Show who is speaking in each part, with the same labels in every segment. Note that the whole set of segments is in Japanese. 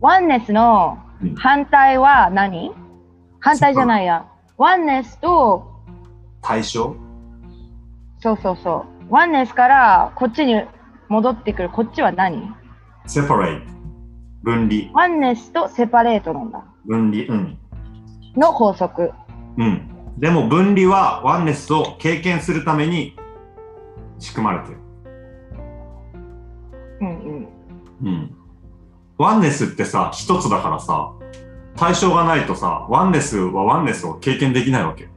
Speaker 1: ワンネスの
Speaker 2: うん
Speaker 1: 反対は何、反対じゃないや。ワンネスと、
Speaker 2: 対象
Speaker 1: そうそうそう。ワンネスからこっちに戻ってくる。こっちは何
Speaker 2: separate 分離
Speaker 1: ワンネスとセパレートなんだ。
Speaker 2: 分離うん
Speaker 1: の法則。
Speaker 2: うんでも分離はワンネスを経験するために仕組まれてる
Speaker 1: うん
Speaker 2: うんワンネスってさ一つだからさ対象がないとさワンネスはワンネスを経験できないわけ
Speaker 1: うん。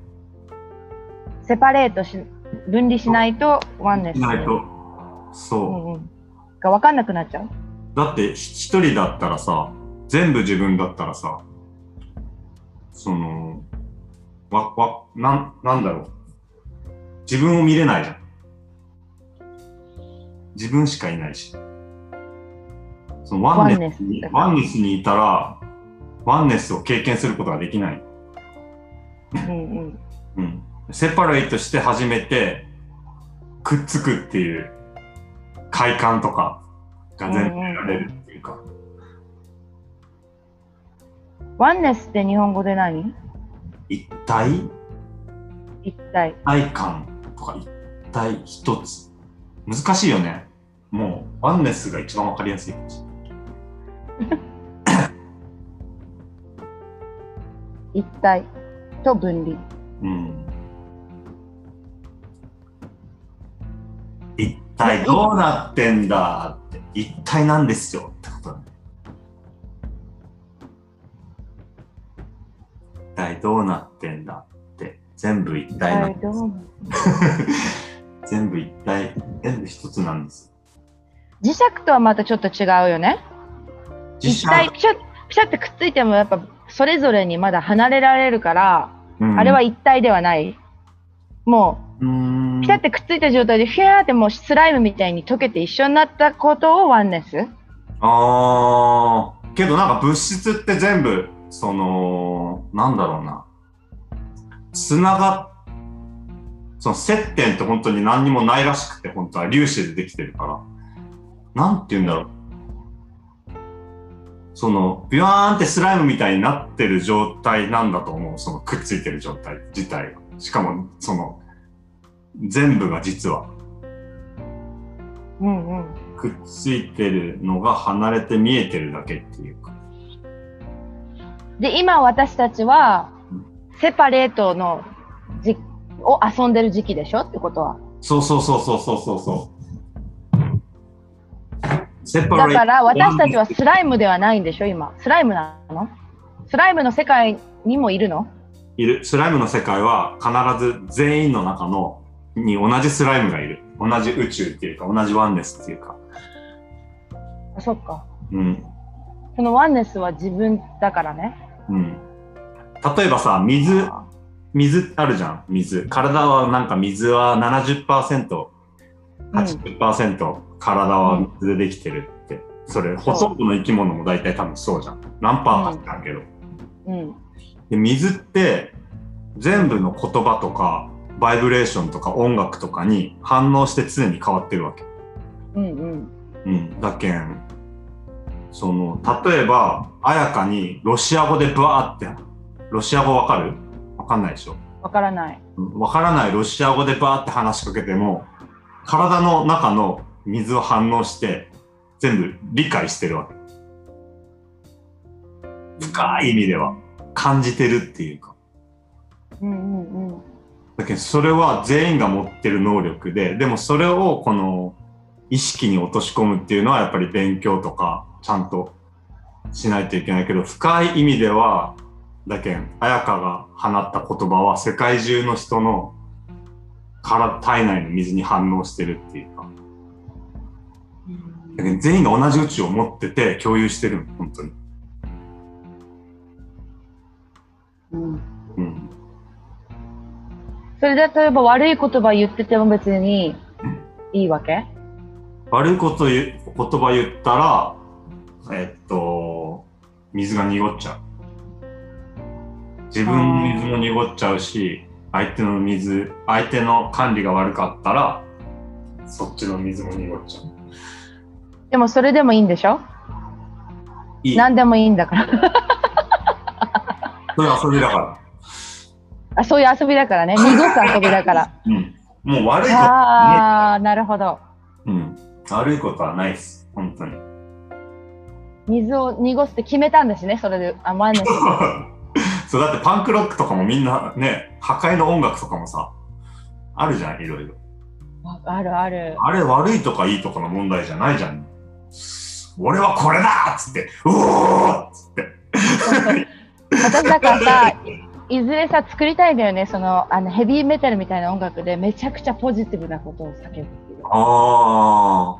Speaker 1: セパレートし、分離しないとワンネス。
Speaker 2: しないと
Speaker 1: う
Speaker 2: そ
Speaker 1: んうん。が分かんなくなっちゃう。
Speaker 2: うだって一人だったらさ全部自分だったらさそのわわなんなんだろう自分を見れないじゃん自分しかいないしそのワンネスに
Speaker 1: ワ
Speaker 2: ワ
Speaker 1: ン
Speaker 2: ン
Speaker 1: ネス
Speaker 2: ネスにいたらワンネスを経験することができない
Speaker 1: うんうん。
Speaker 2: うん、セパレートして始めてくっつくっていう快感とかが全部得られるっていうか、
Speaker 1: ワンネスって日本語で何
Speaker 2: 一体
Speaker 1: 一体。
Speaker 2: 愛感とか一体一つ難しいよねもうワンネスが一番わかりやすいかもしれない
Speaker 1: 一体と分離。
Speaker 2: うん一体どうなってんだって一体なんですよってことだね一体どうなってんだって全部一体な
Speaker 1: は
Speaker 2: ん
Speaker 1: い、
Speaker 2: で
Speaker 1: どうも
Speaker 2: す 全部一体全部一つなんです
Speaker 1: 磁石とはまたちょっと違うよね。
Speaker 2: 実
Speaker 1: 一体ピシャッピシャってくっついてもやっぱそれぞれにまだ離れられるから、あれは一体ではない。もうピシャってくっついた状態でフィアーってもうスライムみたいに溶けて一緒になったことをワンネス。
Speaker 2: あーけどなんか物質って全部そのなんだろうなつながその接点って本当に何にもないらしくて本当は粒子でできてるからなんて言うんだろうそのビュワーンってスライムみたいになってる状態なんだと思うそのくっついてる状態自体がしかもその全部が実は
Speaker 1: うんうん。
Speaker 2: くっついてるのが離れて見えてるだけっていうか
Speaker 1: で今私たちはセパレートのじを遊んでる時期でしょってことは。
Speaker 2: そうそうそうそうそうそうそう。セパ
Speaker 1: だ
Speaker 2: レート
Speaker 1: から私たちはスライムではないんでしょ今スライムなのスライムの世界にもいるの
Speaker 2: いるスライムの世界は必ず全員の中のに同じスライムがいる。同じ宇宙っていうか同じワンネスっていうか。
Speaker 1: あそっか
Speaker 2: うん。
Speaker 1: そのワンネスは自分だからね
Speaker 2: うん。例えばさ、水、
Speaker 1: あ
Speaker 2: 水あるじゃん、水。体はなんか水は70%、80%体は水でできてるって。それ、ほとんどの生き物も大体多分そうじゃん。何パーかってあるけど。
Speaker 1: うん
Speaker 2: で水って全部の言葉とかバイブレーションとか音楽とかに反応して常に変わってるわけ。
Speaker 1: うんうん
Speaker 2: うん、だけんその例えば綾香にロシア語でブワーってロシア語わかるわかんないでしょ。
Speaker 1: わからない
Speaker 2: うんわからないロシア語でバーって話しかけても体の中の水を反応して全部理解してるわけ。深い意味では感じてるっていうか。
Speaker 1: うんうんうん
Speaker 2: だけどそれは全員が持ってる能力ででもそれをこの意識に落とし込むっていうのはやっぱり勉強とかちゃんとしないといけないけど深い意味ではだけん綾香が放った言葉は世界中の人のから体内の水に反応してるっていうかだけん全員が同じ宇宙を持ってて共有してるの本当に、
Speaker 1: うん
Speaker 2: うん、
Speaker 1: それで例えば悪い言葉言ってても別にいいわけ
Speaker 2: 悪いこと言う言葉言ったらえっと水が濁っちゃう自分の水も濁っちゃうし相手の水相手の管理が悪かったらそっちの水も濁っちゃう
Speaker 1: でもそれでもいいんでしょ
Speaker 2: いい。
Speaker 1: 何でもいいんだから
Speaker 2: それ遊びだか
Speaker 1: あそういう遊びだからね濁す遊びだから
Speaker 2: ら。うん。もう悪いことは
Speaker 1: ああなるほど
Speaker 2: ね。うん。悪いことはないです。本当に。
Speaker 1: 水を濁すって決めたんですねそれであ前の人
Speaker 2: そう、だってパンクロックとかもみんなね、破壊の音楽とかもさ、あるじゃん、いろいろ。
Speaker 1: ああるある
Speaker 2: あれ悪いとかいいとかの問題じゃないじゃん。俺はこれだっつって、うおーっつって。
Speaker 1: 私だから さいずれさ作りたいんだよねそのあのヘビーメタルみたいな音楽でめちゃくちゃポジティブなことを叫ぶっていう
Speaker 2: あ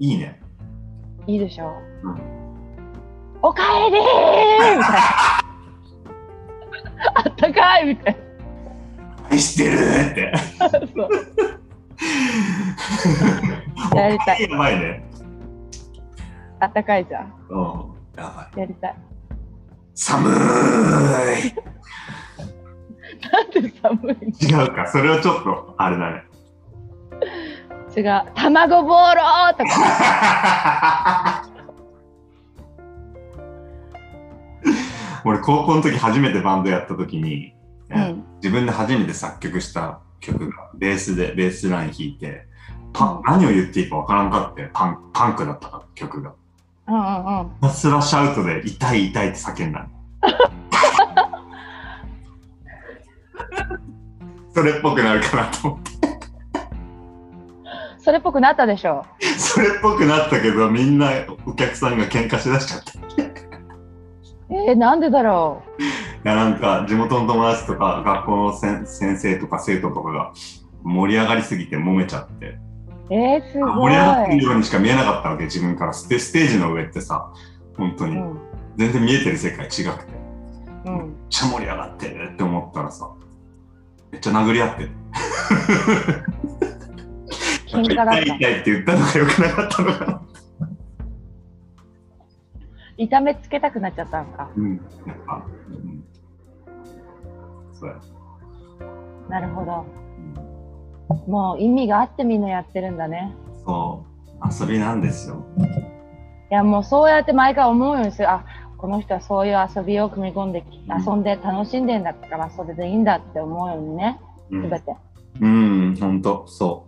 Speaker 2: ー、いいね。
Speaker 1: いいでしょ
Speaker 2: う
Speaker 1: おかえりーみたいなあったかいみたい
Speaker 2: 愛してるーって。
Speaker 1: なそう やりたい
Speaker 2: やばいね。
Speaker 1: あったかいじゃん
Speaker 2: うん。やばい。
Speaker 1: やりたい
Speaker 2: 寒ーい。
Speaker 1: なんで寒い
Speaker 2: 違うか、それはちょっと、あれだね。
Speaker 1: 違う卵ボーローとか
Speaker 2: 俺、高校の時初めてバンドやった時に、
Speaker 1: うん
Speaker 2: 自分で初めて作曲した曲が、ベースで、ベースライン弾いて、パン何を言っていいかわからんかって、パンパンクだったから、曲が。
Speaker 1: うんうんうん
Speaker 2: ひたすらシャウトで痛い痛いって叫んだそれっぽくなるかなと思って
Speaker 1: それっぽくなったでしょ
Speaker 2: それっぽくなったけどみんなお客さんが喧嘩しだしちゃったい
Speaker 1: えー、なんでだろ
Speaker 2: やなんか地元の友達とか学校のせん先生とか生徒とかが盛り上がりすぎて揉めちゃって
Speaker 1: うえー、すご
Speaker 2: 盛り上がってる
Speaker 1: い、
Speaker 2: ようにしか見えなかったわけ自分からステステージの上ってさ本当
Speaker 1: う
Speaker 2: に
Speaker 1: ん
Speaker 2: 全然見えてる世界違くてめっ
Speaker 1: うん、
Speaker 2: ちゃ盛り上がってるって思ったらさめっちゃ殴り合って
Speaker 1: 喧嘩だっ
Speaker 2: 痛
Speaker 1: た
Speaker 2: い痛いって言ったのが良くなかったのかな。
Speaker 1: 痛めつけたくなっちゃったのか
Speaker 2: うん。やっぱ。うん、そうや。
Speaker 1: なるほど
Speaker 2: うん
Speaker 1: もう意味があってみんなやってるんだね
Speaker 2: そう。遊びなんですよ。
Speaker 1: いやもうそうやって毎回思うようにするあこの人はそういう遊びを組み込んでき
Speaker 2: うん
Speaker 1: 遊んで楽しんでんだからそれでいいんだって思うようにね
Speaker 2: う
Speaker 1: すべ
Speaker 2: ん。
Speaker 1: て
Speaker 2: うん、ほんと、そ